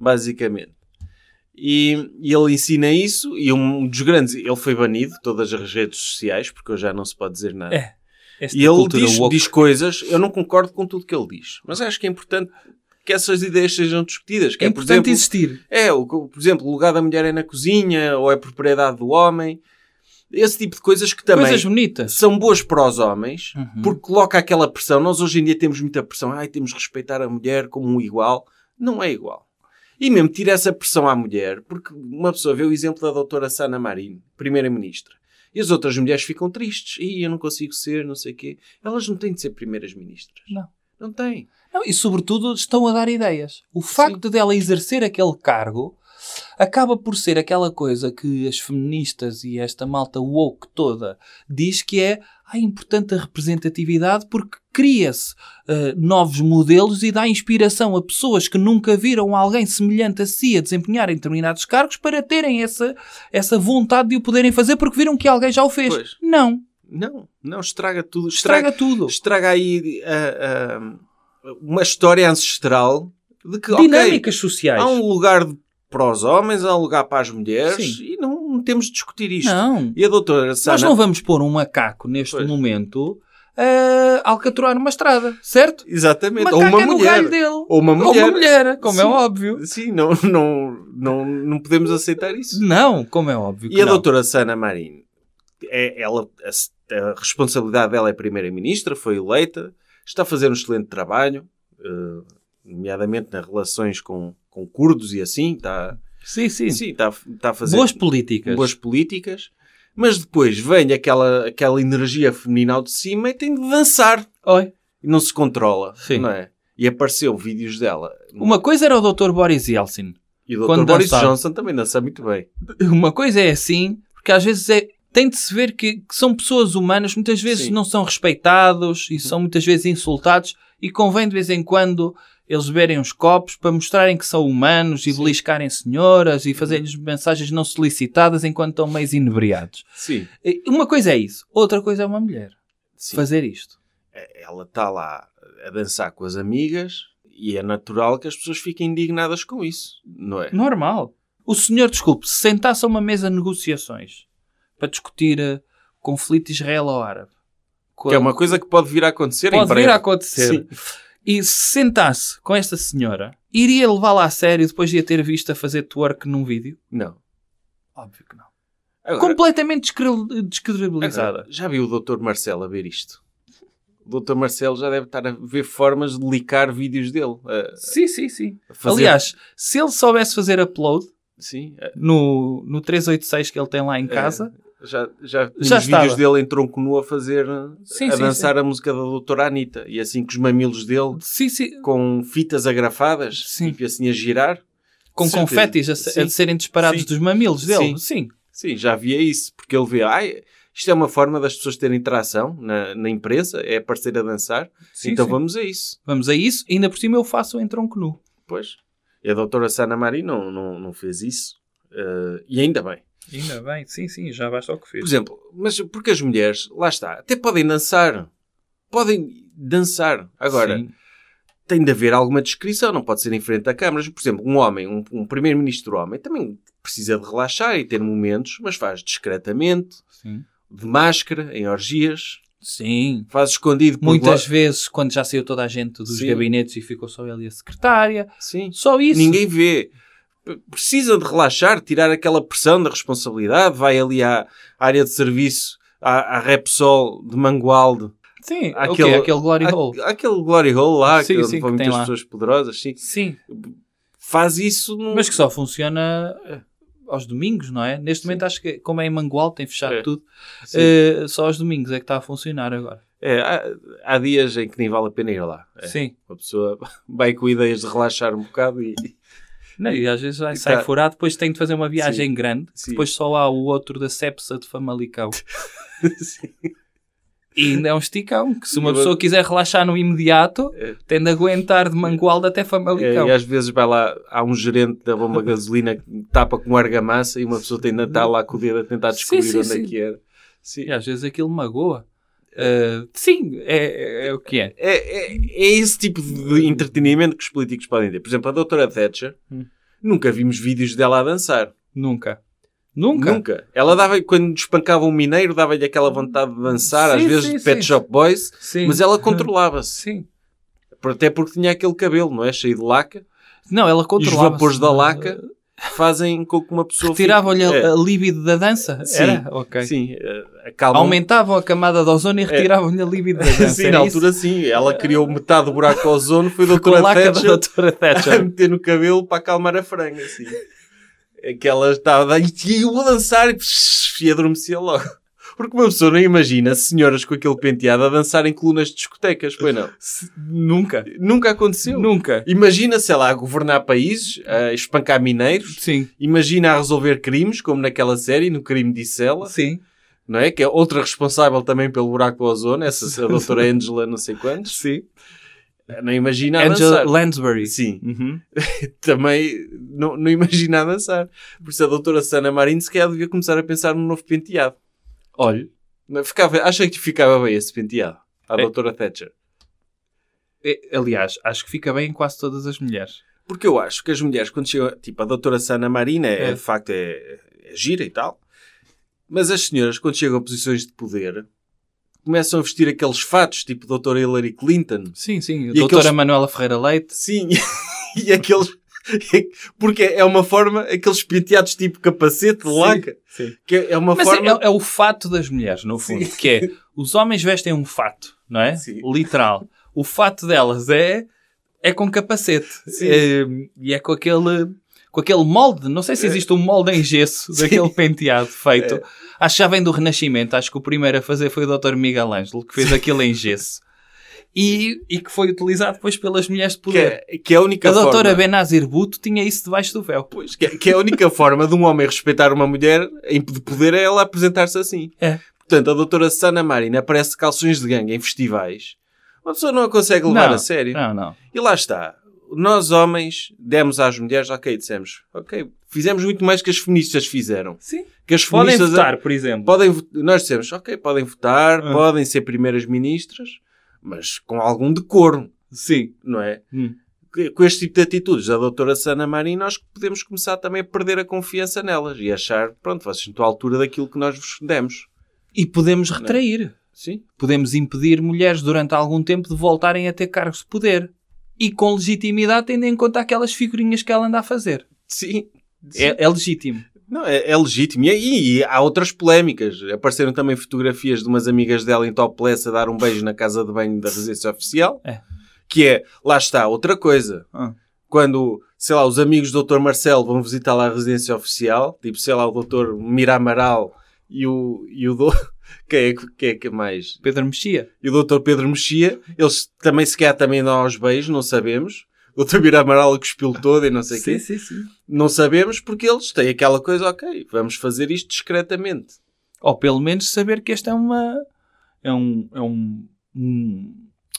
basicamente. E, e ele ensina isso, e um dos grandes. Ele foi banido de todas as redes sociais, porque hoje já não se pode dizer nada. É. Esta E ele cultura diz, woke. diz coisas, eu não concordo com tudo que ele diz, mas acho que é importante que essas ideias sejam discutidas. Que é é, por importante exemplo, existir. é, o, que- por exemplo, o lugar da mulher é na cozinha, ou é propriedade do homem. Esse tipo de coisas que também Coisas bonitas. são boas para os homens, Uhum. porque coloca aquela pressão. Nós hoje em dia temos muita pressão. Ai, temos que respeitar a mulher como um igual. Não é igual. E mesmo tira essa pressão à mulher, porque uma pessoa vê o exemplo da doutora Sana Marin, primeira-ministra, e as outras mulheres ficam tristes. E eu não consigo ser, não sei o quê. Elas não têm de ser primeiras-ministras. Não. Não têm. Não, e sobretudo estão a dar ideias. O facto dela exercer aquele cargo acaba por ser aquela coisa que as feministas e esta malta woke toda diz que é ah, importante a representatividade porque cria-se ah, novos modelos e dá inspiração a pessoas que nunca viram alguém semelhante a si a desempenhar em determinados cargos para terem essa, essa vontade de o poderem fazer porque viram que alguém já o fez. Pois. Não. Não. Não, estraga tudo. Estraga, Estraga, tudo. estraga aí ah, ah, uma história ancestral de que, ok, Dinâmicas sociais. Há um lugar de- para os homens, há um lugar para as mulheres Sim. e não, não temos de discutir isto. Não. E a doutora Sana, Nós não vamos pôr um macaco neste Pois. momento a alcatroar uma estrada, certo? Exatamente. Uma Ou uma caca no galho mulher. dele. Ou uma Ou mulher. uma mulher, como é Sim. óbvio. Sim, não, não, não, não podemos aceitar isso. Não, como é óbvio. que E a não. doutora Sana Marinho, é, ela, a, a responsabilidade dela é primeira-ministra, foi eleita, está a fazer um excelente trabalho, eh, nomeadamente nas relações com, com curdos e assim, está, Sim, sim. sim, está, está a fazer Boas políticas. boas políticas, mas depois vem aquela, aquela energia feminina ao de cima e tem de dançar, Oi. e não se controla, Sim. não é? E apareceu vídeos dela. Uma coisa era o Dr. Boris Yeltsin. e o Dr. quando Boris dançava. Johnson também dança muito bem. Uma coisa é assim, porque às vezes é, tem de se ver que, que são pessoas humanas, muitas vezes Sim. não são respeitados e são muitas vezes insultados e convém de vez em quando eles beberem uns copos para mostrarem que são humanos e beliscarem senhoras e fazerem-lhes mensagens não solicitadas enquanto estão meio inebriados. Sim, E Uma coisa é isso, outra coisa é uma mulher sim. fazer isto. ela está lá a dançar com as amigas e é natural que as pessoas fiquem indignadas com isso, não é? Normal. O senhor, desculpe, se sentasse a uma mesa de negociações para discutir eh, o conflito israelo-árabe, Que é uma coisa que pode vir a acontecer em pode breve. vir a acontecer, e se sentasse com esta senhora, iria levá-la a sério depois de a ter visto a fazer twerk num vídeo? Não. Óbvio que não. Agora, Completamente descre- agora, descredibilizada. já viu o Dr. Marcelo a ver isto? O Dr. Marcelo já deve estar a ver formas de licar vídeos dele. a- Sim, sim, sim. a fazer- Aliás, se ele soubesse fazer upload Sim, eh, a- no, no 386 que ele tem lá em casa, já, já, Já os estava. vídeos dele em tronco nu a fazer, Sim, a sim, dançar a música da Doutora Anitta. E assim com os mamilos dele, sim, sim, com fitas agrafadas, Sim. e assim a girar. com Certeza. confetis a, se- a Sim. serem disparados Sim. dos mamilos Sim. dele. sim. Sim, já via isso, porque ele vê, ai, isto é uma forma das pessoas terem interação na, na imprensa, é aparecer a dançar, Sim, então sim. vamos a isso. Vamos a isso. Ainda por cima eu faço em tronco nu. Pois. E a doutora Sana Mari não, não, não fez isso. eh, e ainda bem. Ainda bem. Sim, sim. Já basta o que Por fez. exemplo, mas porque as mulheres, lá está, até podem dançar. Podem dançar. Agora, tem de haver alguma descrição, não pode ser em frente a câmaras. Por exemplo, um homem, um, um primeiro-ministro homem, também precisa de relaxar e ter momentos, mas faz discretamente, Sim. de máscara, em orgias. Sim. Faz escondido por Muitas glo- vezes, quando já saiu toda a gente dos Sim. gabinetes e ficou só ele e a secretária, Sim. só isso. Ninguém vê. P- Precisa de relaxar, tirar aquela pressão da responsabilidade. Vai ali à área de serviço, à, à Repsol de Mangualde, Sim, Aquele- aquele, aquele Glory à- Hole. aquele Glory Hole lá, Sim, que sim, onde vão que tem muitas lá. pessoas poderosas. Sim. Sim, Faz isso. num- mas que só funciona eh, aos domingos, não é? Neste momento, acho que, como é em Mangual, tem fechado É. tudo, Sim. eh, só aos domingos é que está a funcionar agora. É, há, há dias em que nem vale a pena ir lá. É. Sim, Uma pessoa vai com ideias de relaxar um bocado e. Não, e às vezes vai, E sai tá- furado, depois tem de fazer uma viagem grande, Sim. depois só há o outro da Cepsa de Famalicão. Sim. E ainda é um esticão, que se uma E o- pessoa quiser relaxar no imediato, É. tem de aguentar de Mangualde até Famalicão. É, e às vezes vai lá, há um gerente da bomba de gasolina que tapa com argamassa e uma pessoa tem de estar lá com o dedo a tentar descobrir Sim, sim, onde sim. é que era. Sim. E às vezes aquilo magoa. Ah, sim, é, é- é o que é. É, é- é esse tipo de entretenimento que os políticos podem ter. Por exemplo, a doutora Thatcher, Hum. nunca vimos vídeos dela a dançar. Nunca. Nunca? Ela dava, quando espancava um mineiro, dava-lhe aquela vontade de dançar, às Sim, vezes sim, de Pet sim. Shop Boys, Sim. mas ela controlava-se. Sim. Até porque tinha aquele cabelo, não é? Cheio de laca. Não, é? ela E os controlava. vapores da laca fazem com que uma pessoa. fique- Ah, Retiravam-lhe a- É, a libido da dança? Sim. Era? Ok. Sim, eh, acalmam- Aumentavam a camada de ozono e retiravam-lhe a libido da dança. Sim, Era na isso? altura sim. Ela criou metade do buraco ao zono, foi a Com a doutora laca da Thatcher doutora a Thatcher. meter no cabelo para acalmar a franga, assim. É que ela estava a e eu vou dançar e, psh, e adormecia logo. Porque uma pessoa não imagina senhoras com aquele penteado a dançar em colunas de discotecas, pois não? Se- Nunca. Nunca aconteceu. Nunca. Imagina, sei lá, a governar países, a espancar mineiros, Sim. imagina a resolver crimes, como naquela série, no crime de Sela, Sim. não é? Que é outra responsável também pelo buraco do ozono, essa a doutora Angela não sei quantos. Sim. Não imagina a Angela dançar. Lansbury. Sim, Uhum. também não, não imagina a dançar. Por isso a doutora Sana Marinho se calhar devia começar a pensar num novo penteado. Olha, Não é? Ficava, acha que ficava bem esse penteado? A É. doutora Thatcher. é- aliás, acho que fica bem em quase todas as mulheres. Porque eu acho que as mulheres, quando chegam... Tipo, a doutora Sana Marina, é, É. de facto, é, é gira e tal. Mas as senhoras, quando chegam a posições de poder, começam a vestir aqueles fatos, tipo doutora Hillary Clinton. Sim, sim. A E doutora aqueles- Manuela Ferreira Leite. Sim, e aqueles. Porque é uma forma, aqueles penteados tipo capacete, de Sim, laca, sim. que é uma Mas forma. é, é o fato das mulheres, no fundo. Que é, os homens vestem um fato, não é? Sim. Literal. O fato delas é, é com capacete. Sim. É, e é com aquele, com aquele molde. Não É. sei se existe um molde em gesso daquele penteado feito. Acho que já vem do Renascimento. Acho que o primeiro a fazer foi o Dr. Miguel Ângelo, que fez aquilo em gesso. E, e que foi utilizado depois pelas mulheres de que, poder. é, que é a única A doutora forma. Benazir Bhutto tinha isso debaixo do véu. Pois, que, é- que é a única forma de um homem respeitar uma mulher em de poder é ela apresentar-se assim. É. Portanto, a doutora Sana Marina aparece de calções de gangue em festivais. Uma pessoa não a consegue levar Não, a sério. Não, não. E lá está. Nós, homens, demos às mulheres, ok, dissemos, ok, fizemos muito mais que as feministas fizeram. Sim. Que as Podem feministas votar, por exemplo. podem vo- nós dissemos, ok, podem votar, Ah. podem ser primeiras ministras, mas com algum decoro, Sim. não é? Hum. Que- Com este tipo de atitudes da doutora Sana Marim, nós podemos começar também a perder a confiança nelas e achar, pronto, vocês estão à altura daquilo que nós vos demos. E podemos retrair. Sim. Podemos impedir mulheres durante algum tempo de voltarem a ter cargos de poder. E com legitimidade, tendo em conta aquelas figurinhas que ela anda a fazer. Sim. Sim. É, é legítimo. Não, é, é legítimo. E, aí há outras polémicas. Apareceram também fotografias de umas amigas dela em topless a dar um beijo na casa de banho da residência oficial. É. Que é, lá está, outra coisa. Ah. Quando, sei lá, os amigos do Dr. Marcelo vão visitar lá a residência oficial, tipo, sei lá, o Dr. Miramaral e o, e o do... Quem é, que- quem é que mais? Pedro Mexia. E o Dr. Pedro Mexia, eles também se calhar também dão aos beijos, não sabemos. O Dr. Miramaral cuspiu todo e não sei o quê. sim, sim. Não sabemos porque eles têm aquela coisa, ok, vamos fazer isto discretamente. Ou pelo menos saber que este é uma. É um. É um, um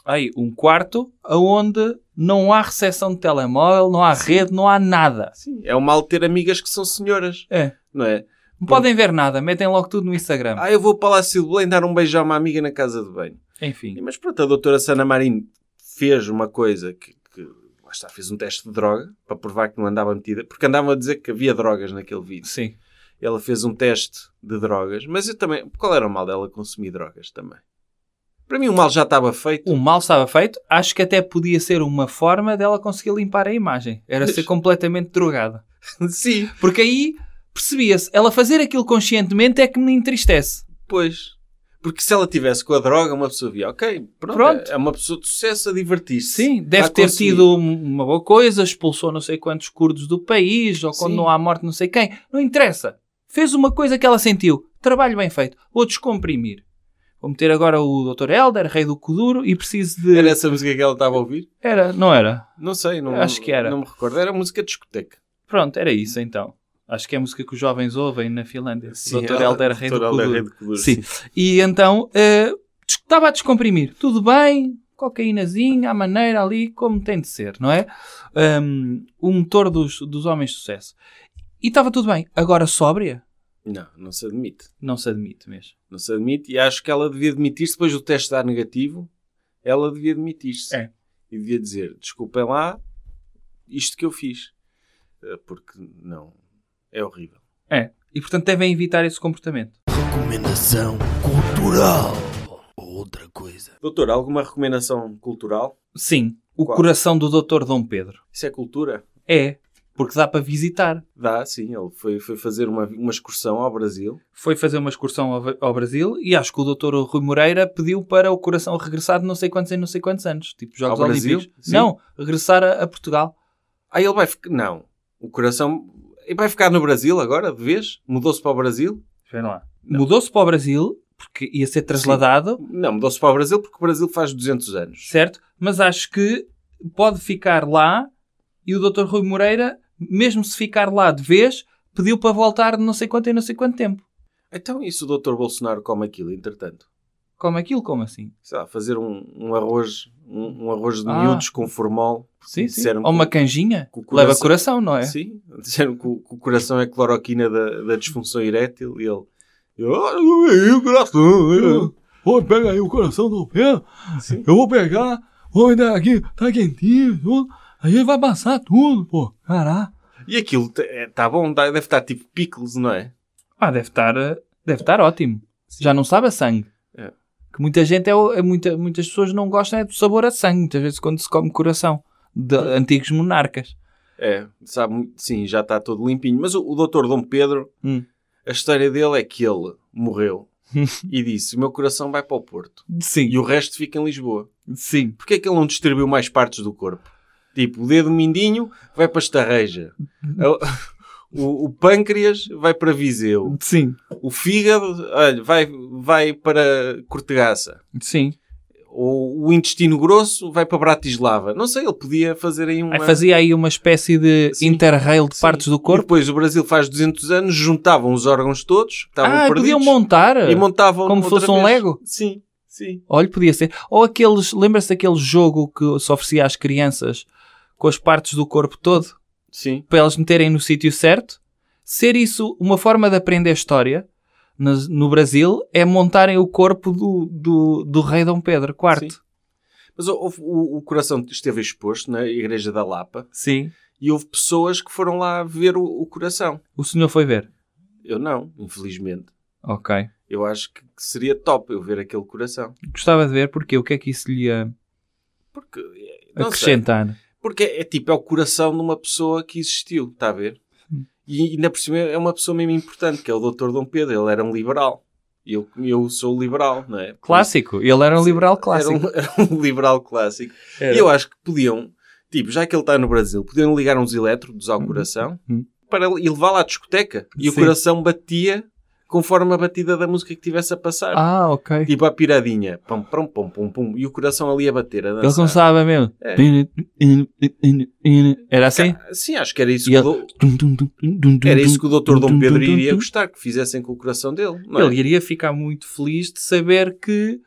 ai, um quarto onde não há recepção de telemóvel, não há rede, não há nada. Sim, é um mal ter amigas que são senhoras, É. não é? Não podem ver nada, metem logo tudo no Instagram. Ah, eu vou para o Palácio de Belém dar um beijão a uma amiga na casa de banho. Enfim. Mas pronto, a doutora Sana Marim fez uma coisa que, que lá está, fez um teste de droga para provar que não andava metida, porque andavam a dizer que havia drogas naquele vídeo. Sim. Ela fez um teste de drogas, mas eu também, qual era o mal dela consumir drogas também? Para mim o mal já estava feito. O um mal estava feito. Acho que até podia ser uma forma dela conseguir limpar a imagem. Era Mas- ser completamente drogada. Sim, Porque aí percebia-se. Ela fazer aquilo conscientemente é que me entristece. Pois. Porque se ela tivesse com a droga, uma pessoa via, ok, pronto, Pronto. É, é uma pessoa de sucesso a divertir-se. Sim, deve Está a ter conseguir. tido um, uma boa coisa, expulsou não sei quantos curdos do país, ou quando Sim. não há morte não sei quem. Não interessa. Fez uma coisa que ela sentiu. Trabalho bem feito. Vou descomprimir. Vou meter agora o Dr. Helder, rei do Kuduro, e preciso de... Era essa música que ela estava a ouvir? Era, não era? Não sei, não, Acho que era. não me recordo. Era música de discoteca. Pronto, era isso então. Acho que é a música que os jovens ouvem na Finlândia. Sim, Dr. ela- Helder Rei do Dr. Helder Rei Kuduro. do Kuduro, Sim. E então eh, des- estava a descomprimir. Tudo bem, cocaínazinha, à maneira ali, como tem de ser, não é? Um, o motor dos, dos homens de sucesso. E estava tudo bem. Agora sóbria? Não, não se admite. Não se admite mesmo. Não se admite. E acho que ela devia admitir-se, depois do teste dar negativo, ela devia admitir-se. É. E devia dizer, desculpem lá, isto que eu fiz. Eh, Porque não, é horrível. É. E portanto devem evitar esse comportamento. Recomendação cultural. Outra coisa. Doutor, alguma recomendação cultural? Sim, o Qual? coração do Dr. Dom Pedro. Isso é cultura? É, porque dá para visitar. Dá, sim. Ele foi, foi fazer uma, uma excursão ao Brasil. foi fazer uma excursão ao, ao Brasil e acho que o doutor Rui Moreira pediu para o coração regressar de não sei quantos em não sei quantos anos, tipo Jogos Ao Brasil? Olímpicos. Sim. Não, regressar a, a Portugal. Aí ele vai ficar... Não. O coração... Ele vai ficar no Brasil agora, de vez? Mudou-se para o Brasil? Espera lá. Mudou-se para o Brasil, porque ia ser trasladado, Não, mudou-se para o Brasil porque o Brasil faz 200 anos. certo? Mas acho que pode ficar lá e o doutor Rui Moreira, mesmo se ficar lá de vez, pediu para voltar de não sei quanto em não sei quanto tempo. Então, e se o Dr. Bolsonaro come aquilo, entretanto? Como aquilo, como assim? Sei lá, fazer um, um arroz... Um, um arroz de Ah. miúdos com formol. Sim, sim. Disseram Ou uma que- canjinha? que o coração- Leva coração, não é? Sim. Disseram que o, que o coração é cloroquina da, da disfunção erétil e ele... "Ah, não é o coração, Ô, pega aí o coração do Pedro. é." Sim. Eu vou pegar. Vou dar aqui. Tá quentinho. tudo. Aí vai passar tudo, pô. Caraca. E aquilo está bom, tá- deve estar tipo pickles, não é? Ah, deve estar, eh, deve estar ótimo. Já não sabe a sangue. É. Que Que muita gente é, o- é muita, muitas pessoas não gostam é do sabor a sangue, muitas vezes quando se come coração de antigos monarcas. É, sabe, muito- sim, já está todo limpinho. Mas o, o doutor Dom Pedro, Hum. a história dele é que ele morreu e disse: O meu coração vai para o Porto Sim, e o resto fica em Lisboa. sim. Porquê é que ele não distribuiu mais partes do corpo? Tipo, o dedo mindinho vai para Estarreja, A- o, o pâncreas vai para Viseu, Sim, o fígado olha, vai, vai para Cortegaça, sim. ou o intestino grosso vai para Bratislava. Não sei, ele podia fazer aí uma. Aí Fazia aí uma espécie de é? Sim. interrail de Sim. partes do E corpo. depois o Brasil faz 200 anos, juntavam os órgãos todos, que estavam Ah, perdidos, podiam montar. um e montavam como se outra fosse um vez. Lego? Sim, sim. Olha, podia ser. Ou aqueles, lembra-se daquele jogo que se oferecia às crianças com as partes do corpo todo, Sim. para elas meterem no sítio certo? Ser isso uma forma de aprender história nas- no, Brasil é montarem o corpo do, do, do rei Dom Pedro IV. Sim. Mas houve- o, o coração esteve exposto na igreja da Lapa Sim. e houve pessoas que foram lá ver o, o coração. O senhor foi ver. Eu não, infelizmente. Ok. Eu acho que seria top eu ver aquele coração. Gostava de ver porque o que é que isso lhe ia Porque, eh, não sei, acrescentar. porque é, é tipo, é o coração de uma pessoa que existiu, está a ver? E ainda por cima é uma pessoa mesmo importante, que é o Dr. Dom Pedro. Ele era um liberal. E Eu, eu sou liberal, não é? Por Clássico. Ele era um liberal Era clássico. um, era um liberal clássico. E eu acho que podiam, tipo, já que ele está no Brasil, podiam ligar uns elétrodos ao coração Uhum. para e levá-lo à discoteca. E o Sim. coração batia conforme a batida da música que estivesse a passar. Ah, ok. Tipo a piradinha. Pum, pum, pum, pum, pum. E o coração ali a bater, a Ele dançar. começava mesmo. É. Era assim? Ca- Sim, acho que era isso, E que, ele- o do- era isso que o doutor Dom Pedro iria gostar, que fizessem com o coração dele. não é? Ele iria ficar muito feliz de saber que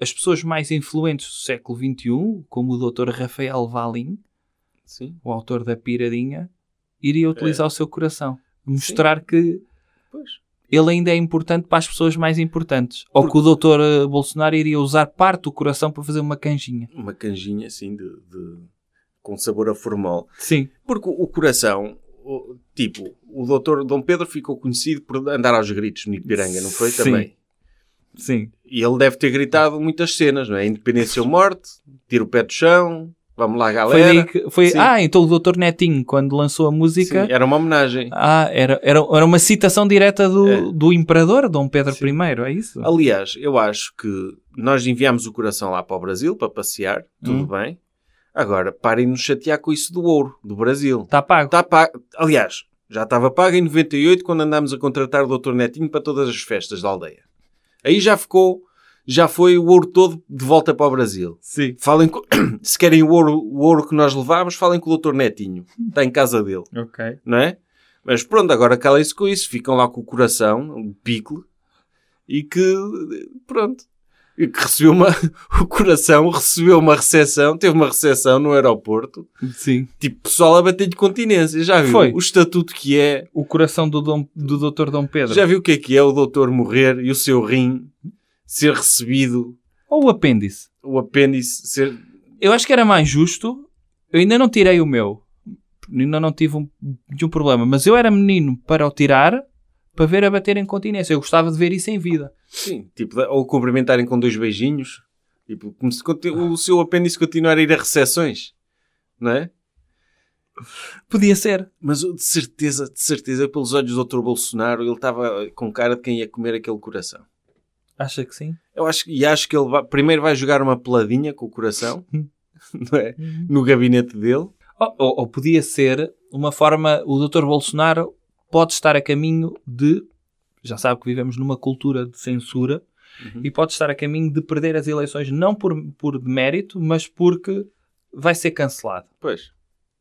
as pessoas mais influentes do século XXI, como o Dr. Rafael Valim, Sim, o autor da Piradinha, iria utilizar É. o seu coração. Mostrar que pois. ele ainda é importante para as pessoas mais importantes. Ou que o Dr. Bolsonaro iria usar parte do coração para fazer uma canjinha. Uma canjinha, assim, de, de- com sabor a formal. Sim. Porque o coração, o- tipo, o doutor Dom Pedro ficou conhecido por andar aos gritos no Ipiranga, não foi? Sim. Também. Sim. E ele deve ter gritado muitas cenas, não é? Independência ou morte, tira o pé do chão, vamos lá, Foi daí galera. que, foi, Sim. ah, então o Dr. Netinho, quando lançou a Sim, música, era uma homenagem. Ah, era, era, era uma citação direta do, É. do imperador Dom Pedro Sim. I, é isso? Aliás, eu acho que nós enviámos o coração lá para o Brasil para passear, tudo Hum. bem. Agora, parem de nos chatear com isso do ouro, do Brasil. Está pago. Está pago. Tá Aliás, já estava pago em 98 quando andámos a contratar o Dr. Netinho para todas as festas da aldeia. Aí já ficou, já foi o ouro todo de volta para o Brasil. Sim. Falem com- se querem o ouro, o ouro que nós levámos, falem com o Dr. Netinho. Está em casa dele, Ok. não é? Mas pronto, agora calem-se com isso. Ficam lá com o coração, um picle, e que, pronto, e que recebeu uma, o coração recebeu uma recepção, teve uma recepção no aeroporto, Sim. Tipo, pessoal a bater-lhe continência. Já viu Foi. o estatuto que é? O coração do, Dom, do Dr. Dom Pedro. Já viu o que é que é o doutor morrer e o seu rim ser recebido, Ou o apêndice. o apêndice ser... Eu acho que era mais justo. Eu ainda não tirei o meu. Ainda não tive um, nenhum problema. Mas eu era menino para o tirar, para ver a bater em continência. Eu gostava de ver isso em vida. Sim, tipo, ou cumprimentarem com dois beijinhos. Tipo, como se conti- o seu apêndice continuar a ir a recessões. Não é? Podia ser. Mas eu, de certeza, de certeza, pelos olhos do doutor Bolsonaro, ele estava com cara de quem ia comer aquele coração. Acha que sim? Eu acho, e acho que ele vai- primeiro vai jogar uma peladinha com o coração, não é? No gabinete dele. Ou, ou- ou podia ser uma forma, o Dr. Bolsonaro pode estar a caminho de, já sabe que vivemos numa cultura de censura, Uhum. e pode estar a caminho de perder as eleições não por, por mérito, mas porque vai ser cancelado. Pois,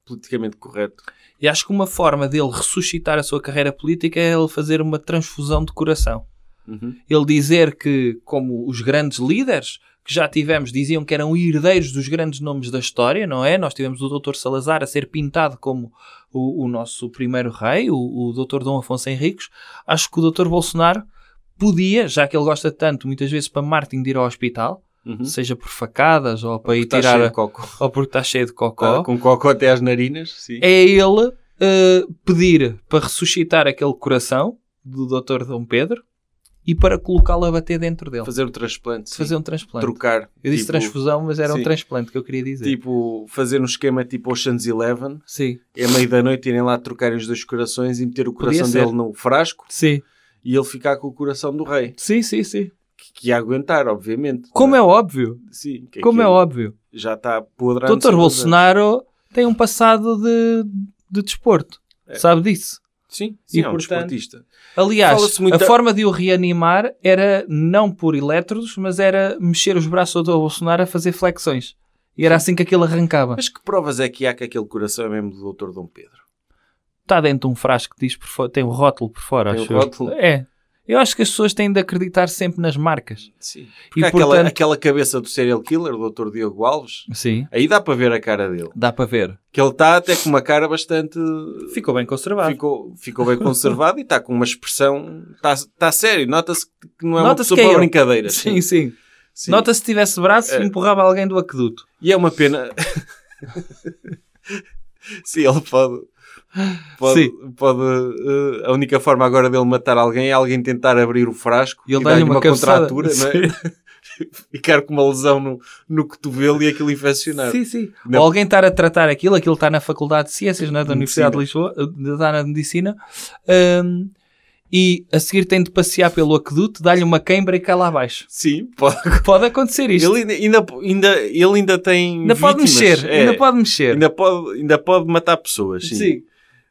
politicamente correto. E acho que uma forma dele ressuscitar a sua carreira política é ele fazer uma transfusão de coração. Uhum. Ele dizer que, como os grandes líderes que já tivemos, diziam que eram herdeiros dos grandes nomes da história, não é? Nós tivemos o Dr. Salazar a ser pintado como o, o nosso primeiro rei, o, o Dr. Dom Afonso Henriques. Acho que o Dr. Bolsonaro podia, já que ele gosta tanto, muitas vezes, para Martin de ir ao hospital, Uhum. seja por facadas ou para ir Está tirar, cheio de a- cocó. ou porque está cheio de Tá cocó, com cocó até às narinas, sim. é ele eh, pedir para ressuscitar aquele coração do Dr. Dom Pedro e para colocá-lo a bater dentro dele. Fazer um transplante. sim. então. Fazer um transplante. Trocar. Eu disse tipo, transfusão, mas era sim. um transplante que eu queria dizer. Tipo, fazer um esquema tipo Ocean's Eleven. Sim. É meio da noite irem lá trocarem os dois corações e meter o Podia coração ser. dele no frasco Sim. e ele ficar com o coração do rei. Sim, sim, sim. Que, que ia aguentar, obviamente. Como é óbvio. Sim, que Como é aquilo óbvio. Já está podre há não sei Dr. quantos Bolsonaro tem um passado de, de desporto. É. Sabe disso? anos. Sim, sim E, é um portanto, desportista. Aliás, Fala-se muito a da- forma de o reanimar era não por elétrodos, mas era mexer os braços do Dr. Bolsonaro a fazer flexões. E era assim que aquilo arrancava. Mas que provas é que há que aquele coração é mesmo do Dr. Dom Pedro? Está dentro de um frasco que diz por fora, tem um rótulo por fora. Tem acho um eu. rótulo? É. Eu acho que as pessoas têm de acreditar sempre nas marcas. Sim. E, Porque há aquela, portanto- aquela cabeça do serial killer, do Dr. Diogo Alves, Sim. aí dá para ver a cara dele. Dá para ver. Que ele está até com uma cara bastante. Ficou bem conservado. Ficou, ficou bem conservado e está com uma expressão. Está tá sério, nota-se que não é uma Nota-se pessoa que é para ele. brincadeiras. Sim, sim. assim. Sim. Nota-se se tivesse braços, É. empurrava alguém do aqueduto. E é uma pena. Sim, ele pode. Pode. pode eh, a única forma agora dele matar alguém é alguém tentar abrir o frasco E ele dar-lhe dá-lhe uma cabeçada. contratura, não é? Ficar com uma lesão no, no cotovelo e aquilo infeccionar. Sim, sim. Não. Ou alguém estar a tratar aquilo, aquilo está na Faculdade de Ciências, não é? da Medicina. Universidade de Lisboa, eh, está na Medicina, hum, e a seguir tem de passear pelo aqueduto, dá-lhe uma queimbra e cai lá abaixo. Sim, pode. Pode acontecer isto. Ele ainda, ainda, ainda- ele ainda tem. ainda pode vítimas, mexer, é. ainda pode mexer. Ainda pode, ainda pode matar pessoas, sim.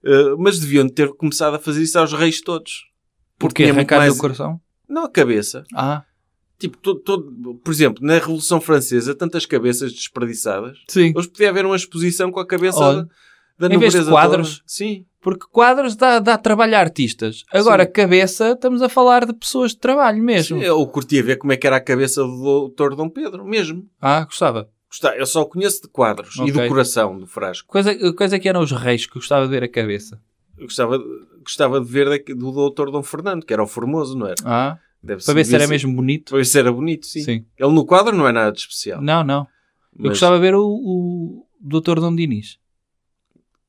Eh, mas deviam ter começado a fazer isso aos reis todos. Porque tinha é muito arrancar mais- do coração? Não a cabeça. Ah, Tipo, todo, todo- por exemplo, na Revolução Francesa, tantas cabeças desperdiçadas. sim. Hoje podia haver uma exposição com a cabeça Olha, da, da em vez de nobreza quadros. toda. Sim, Porque quadros dá, dá trabalho a artistas. Agora, Sim. cabeça, estamos a falar de pessoas de trabalho mesmo. sim. Eu curtia ver como é que era a cabeça do Dr. Dom Pedro, mesmo. Ah, gostava. Gostava- Eu só o conheço de quadros e do Ok. coração, do frasco. Coisa, coisa que eram os reis que gostava de ver a cabeça. Eu gostava, de- gostava de ver daqui- do Dr. Dom Fernando, que era o formoso, não era? Ah, Deve para ver se era mesmo bonito. Para ver se era bonito, sim. Ele no quadro não é nada de especial. Não, não. Eu mas gostava de ver o, o Dr. Dom Dinis.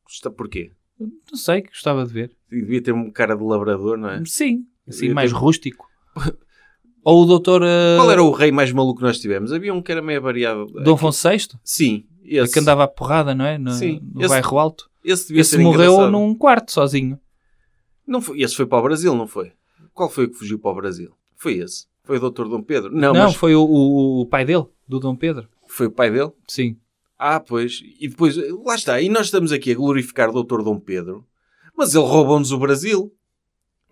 gosta- Porquê? Não sei que gostava de ver. Devia ter um cara de labrador, não é? Sim, assim Eu mais tenho- rústico. Ou o Dr. eh, Qual era o rei mais maluco que nós tivemos? Havia um que era meio variado. Dom Afonso VI, Sim, esse, É que andava à porrada, não é? No, Sim, no esse- bairro alto. esse devia Esse ser morreu engraçado. num quarto sozinho. Não foi, esse foi para o Brasil, não foi? Qual foi o que fugiu para o Brasil? Foi esse. Foi o Dr. Dom Pedro? Não, Não, mas foi o, o- o pai dele, do Dom Pedro. foi o pai dele? Sim. Ah, pois. E depois, eh, lá está. E nós estamos aqui a glorificar o Dr. Dom Pedro, mas ele roubou-nos o Brasil.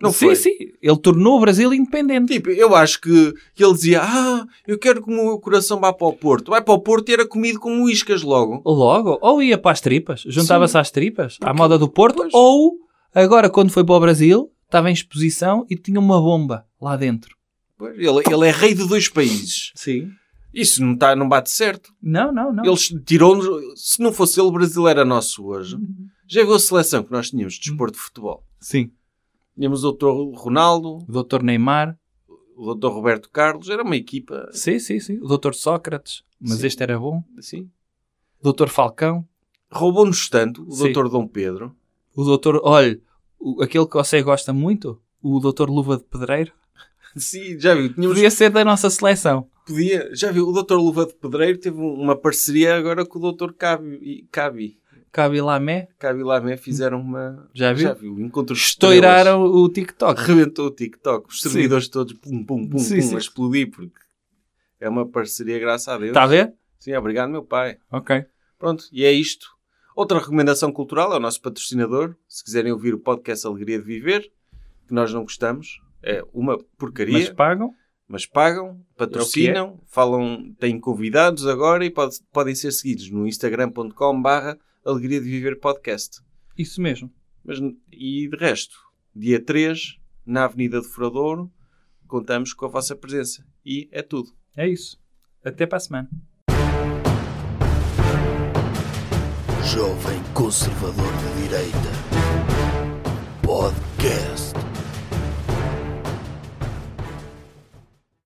Não sim, foi? sim. Ele tornou o Brasil independente. Tipo, eu acho que, que ele dizia: Ah, eu quero que o meu coração vá para o Porto. Vai para o Porto e era comido como iscas logo. Logo, ou ia para as tripas, juntava-se às tripas, à moda do Porto, Pois. ou agora quando foi para o Brasil, estava em exposição e tinha uma bomba lá dentro. Pois, Ele, ele é rei de dois países. Sim. Isso não, tá, não bate certo. Não, não, não. Eles tirou-nos. Se não fosse ele, o Brasil era nosso hoje. Uhum. Já viu a seleção que nós tínhamos de desporto de futebol? Sim. Tínhamos o Dr. Ronaldo, O Dr. Neymar. o Dr. Roberto Carlos, era uma equipa Sim, sim, sim. O Dr. Sócrates. Mas Sim. este era bom. assim. O Dr. Falcão. Roubou-nos tanto o Sim. Dr. Dom Pedro. O Dr. Olha, o- aquele que você gosta muito, o Dr. Luva de Pedreiro, Sim, já viu? Tínhamos, podia ser da nossa seleção. podia, já viu? O Dr. Luva de Pedreiro teve um- uma parceria agora com o Dr. Cabi. e- Cabi. Cabi Lamé. Cabi e Lamé fizeram uma. Já viu? Já viu? Encontro de Estouraram o TikTok. estrelas. Rebentou o TikTok. Os Sim. servidores todos, pum, pum, pum, Sim, pum, sim. a explodir, porque é uma parceria, graças a Deus. Está a ver? Sim, obrigado, meu pai. Ok. Pronto, e é isto. Outra recomendação cultural é o nosso patrocinador. Se quiserem ouvir o podcast Alegria de Viver, que nós não gostamos, é uma porcaria, Mas mas, pagam. pagam, patrocinam, falam, têm convidados agora e pode- podem ser seguidos no instagram.com barra Alegria de Viver Podcast. Isso mesmo. Mas, e de resto, dia 3, na Avenida do Furadouro, contamos com a vossa presença. E é tudo. É isso. Até para a semana. Jovem Conservador de Direita. Podcast.